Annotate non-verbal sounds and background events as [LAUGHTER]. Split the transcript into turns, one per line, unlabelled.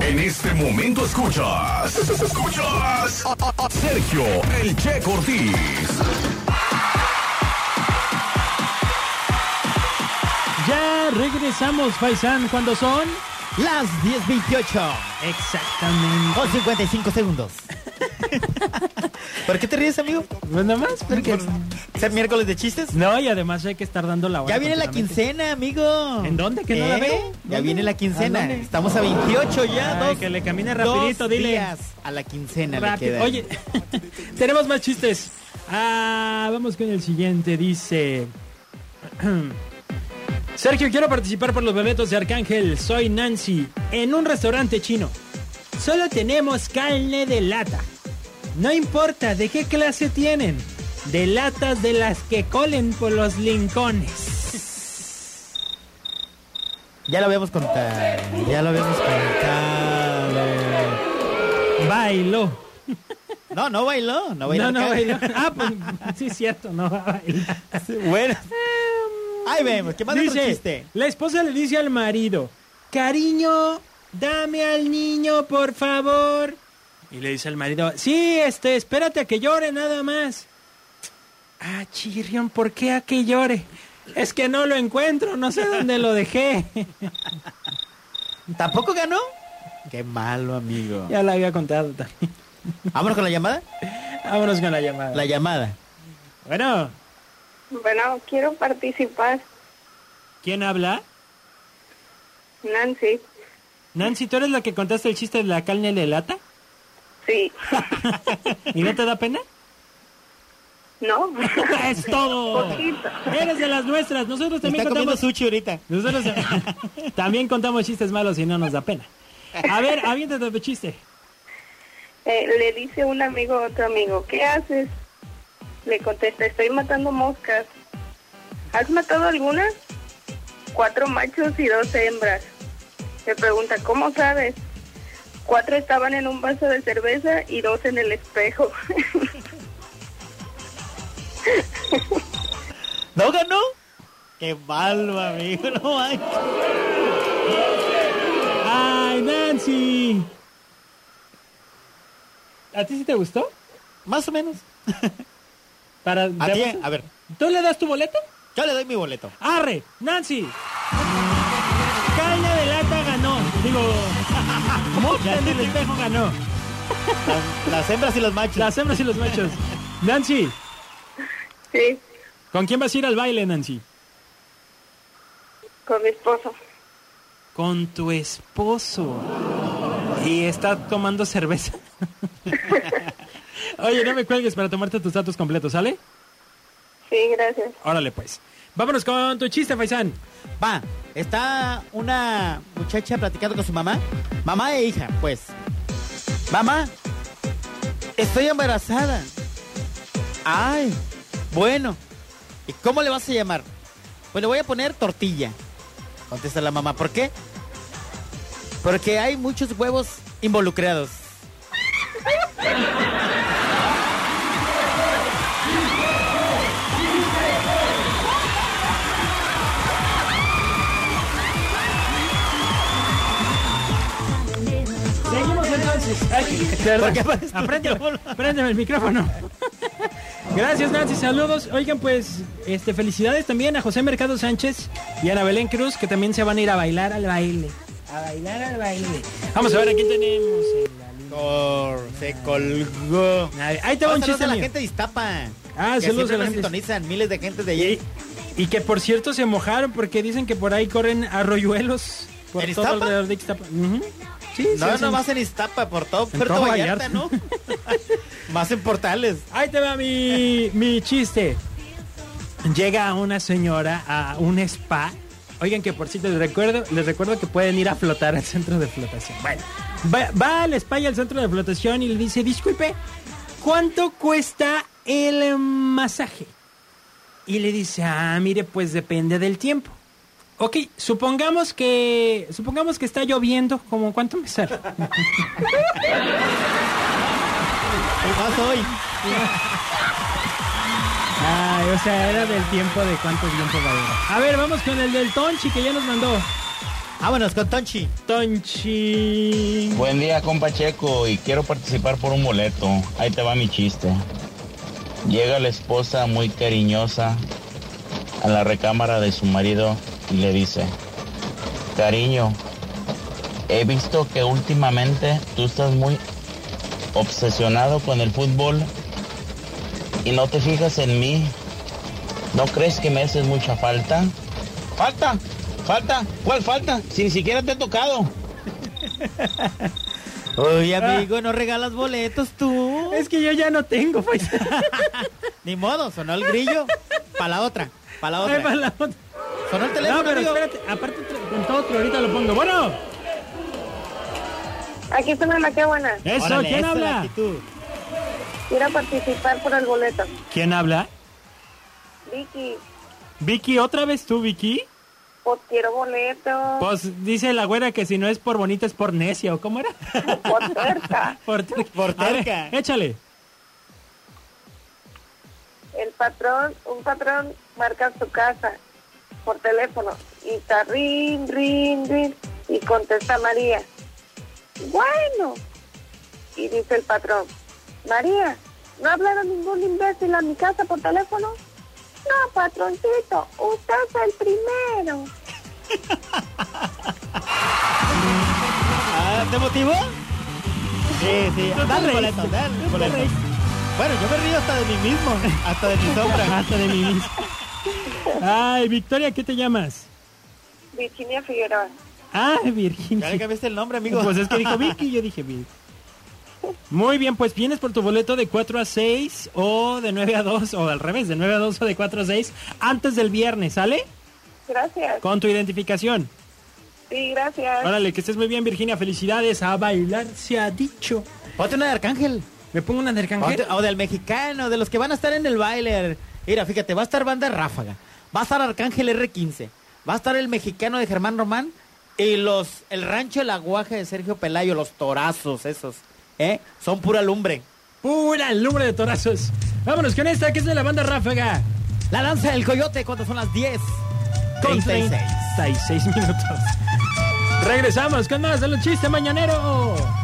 En este momento escuchas. Escuchas a, a- a Sergio El Che Cortés.
Ya regresamos, Faisan, cuando son
Las 10.28
exactamente.
con 55 segundos. ¿Por qué te ríes, amigo?
Pues nada más, porque.
¿Ser miércoles de chistes?
No, y además hay que estar dando la hora.
Ya viene la
continuamente.
quincena, amigo. ¿Eh?
¿En dónde? ¿Que no la veo?
Ya
¿Dónde?
viene la
¿A
quincena.
dónde?
Estamos a 28 ya.
Ay,
dos,
que le camine
dos
rapidito, dile.
días a la quincena le
Rápido.
quedan.
Oye, [LAUGHS] tenemos más chistes. Ah, vamos con el siguiente. Dice. [CLEARS THROAT] Sergio, quiero participar por los boletos de Arcángel. Soy Nancy. En un restaurante chino. Solo tenemos carne de lata. No importa de qué clase tienen. De latas de las que colen por los lincones.
Ya lo habíamos contado. Ya lo habíamos contado.
Bailó.
No, no bailó. No bailó.
No, no
acá.
bailó. Ah, pues sí, es cierto, no va a bailar.
[LAUGHS] Bueno. Ahí vemos. ¿Qué más otro
Dice,
chiste?
La esposa le dice al marido, cariño, dame al niño, por favor. Y le dice al marido, sí, este, espérate a que llore nada más. Ah, chirrión, ¿por qué a que llore? Es que no lo encuentro, no sé dónde lo
[LAUGHS]
dejé.
¿Tampoco ganó? Qué malo, amigo.
ya la había contado también.
Vámonos con la llamada.
Vámonos con la llamada.
La llamada.
Bueno,
Bueno, quiero participar,
¿quién habla?
Nancy.
Nancy, ¿tú eres la que contaste el chiste de la carne de lata? [LAUGHS]
Sí,
¿Y no te da pena?
no,
[LAUGHS] ¡Es todo!
Poquito.
Eres de las nuestras. Nosotros también
Está comiendo
contamos
sushi ahorita.
Nosotros
[LAUGHS]
eh, también contamos chistes malos y no nos da pena. A ver, aviéntate tu chiste.
Eh, le dice un amigo a otro amigo, ¿qué haces? Le contesta, estoy matando moscas. ¿Has matado alguna? Cuatro machos y dos hembras. Le pregunta, ¿cómo sabes? Cuatro estaban en un vaso de cerveza y dos en el espejo. [LAUGHS]
¿No ganó? Qué malo, amigo. No manches.
¡Ay, Nancy! ¿A ti sí te gustó?
Más o menos.
Para,
A ti,
¿te-
a ver.
¿Tú le das tu boleto?
Yo le doy mi boleto.
¡Arre! ¡Nancy! Caña de lata ganó. Digo, [LAUGHS] Mosca en el espejo ganó.
Las, las hembras y los machos.
Las hembras y los machos. Nancy,
sí,
¿con quién vas a ir al baile, Nancy?
con mi esposo.
Con tu esposo. Y está tomando
[LAUGHS]
cerveza. Oye, no me cuelgues para tomarte tus datos completos, ¿sale?
Sí, gracias.
Órale pues. Vámonos con tu chiste, Faisán.
Va, está una muchacha platicando con su mamá. Mamá e hija, pues. Mamá, estoy embarazada. Ay, bueno. ¿Y cómo le vas a llamar? Pues le voy a poner tortilla. Contesta la mamá, ¿por qué? Porque hay muchos huevos involucrados.
Seguimos entonces.
Porque aparte- [LAUGHS]
Apréndeme, apréndeme pues, el micrófono. [LAUGHS] Gracias, Nancy. Saludos. Oigan, pues, este, felicidades también a José Mercado Sánchez y a la Belén Cruz, que también se van a ir a bailar al baile. A bailar al baile. Vamos a ver a quién tenemos eh, en la línea.
Cor- se colgó.
Nadie. Ahí te va un
Oh, Saludos
chiste
a la
mío.
gente de Iztapa.
Ah, saludos
que siempre
a la
nos
gente de-
sintonizan miles de gente de allí.
Y, y que por cierto se mojaron porque dicen que por ahí corren arroyuelos por
¿En
todo
Iztapa?
alrededor de Iztapa. Ujú. Sí, sí,
No,
sí.
no más en Iztapa, por todo Puerto
todo Vallarta.
Vallarta, ¿no? [LAUGHS] más en Portales.
Ahí te va mi, mi chiste. Llega una señora a un spa. Oigan que por cierto les recuerdo, les recuerdo que pueden ir a flotar al centro de flotación. Bueno, va, va al spa y al centro de flotación y le dice, disculpe, ¿cuánto cuesta el eh, masaje? Y le dice, ah, mire, pues depende del tiempo. Ok, supongamos que. Supongamos que está lloviendo, como cuánto me sale.
Y más hoy.
Ay, o sea, era del tiempo de cuánto tiempo va a durar. A ver, vamos con el del Tonchi que ya nos mandó.
Vámonos con Tonchi.
Tonchi.
Buen día, compa Checo, y quiero participar por un boleto. Ahí te va mi chiste. Llega la esposa muy cariñosa a la recámara de su marido y le dice, cariño, he visto que últimamente tú estás muy obsesionado con el fútbol y no te fijas en mí. ¿No crees que me haces mucha falta? Falta, falta, ¿cuál falta? Si ni siquiera te he tocado.
Oye,
Ah.
amigo, no regalas boletos tú.
Es que yo ya no tengo,
[LAUGHS]
pues.
Ni modo, sonó el grillo. Para la otra, para la
Ay, para
otra.
la otra.
Sonó el teléfono,
No, pero
amigo.
espérate, aparte tr- con todo otro ahorita lo pongo. Bueno,
Aquí está la qué buena.
eso,
Órale,
¿quién
esa es la
habla?
actitud.
Quiero participar por el boleto.
¿Quién habla?
Vicky,
Vicky, ¿otra vez tú, Vicky?
pues quiero boleto.
Pues dice la güera que si no es por bonita es por necia, ¿o cómo
[LAUGHS]
era?
[LAUGHS] Por cerca.
por terca.
Por
A ver,
terca.
échale.
El patrón, un patrón marca su casa por teléfono y está rin, rin, rin y contesta María. Bueno. Y dice el patrón, María, ¿no ha hablado ningún imbécil a mi casa por teléfono? No, patroncito, usted es el primero.
Ah, ¿Te motivó? Sí, sí.
te
Dale
reíste,
boleto, dale
no te
boleto.
reíste.
Bueno, yo me río hasta de mí mismo, hasta
[LAUGHS]
de mi sombra.
Hasta de mí
[LAUGHS]
mismo. Ay, Victoria, ¿qué te llamas?
Virginia Figueroa.
Ah,
Ya le
Virginia.
cambiaste el nombre, amigo.
Pues es que dijo Vicky, yo dije Vicky. Muy bien, pues vienes por tu boleto de 4 a 6 o de 9 a 2 o al revés, de 9 a 2 o de 4 a 6 antes del viernes, ¿sale?
Gracias.
Con tu identificación.
Sí, gracias.
Órale, que estés muy bien, Virginia. Felicidades. A bailar se ha dicho.
Ponte una de Arcángel.
Me pongo una del
Ponte- o del mexicano, de los que van a estar en el baile. Mira, fíjate, va a estar banda Ráfaga. Va a estar Arcángel R15. Va a estar el mexicano de Germán Román. Y los, el rancho El Aguaje de Sergio Pelayo, los torazos esos. ¿Eh? Son pura lumbre.
Pura lumbre de torazos. Vámonos con esta, que es de la banda Ráfaga.
La danza del coyote cuando son las 10.
Con
36.
36 minutos. Regresamos con más de los chistes mañaneros.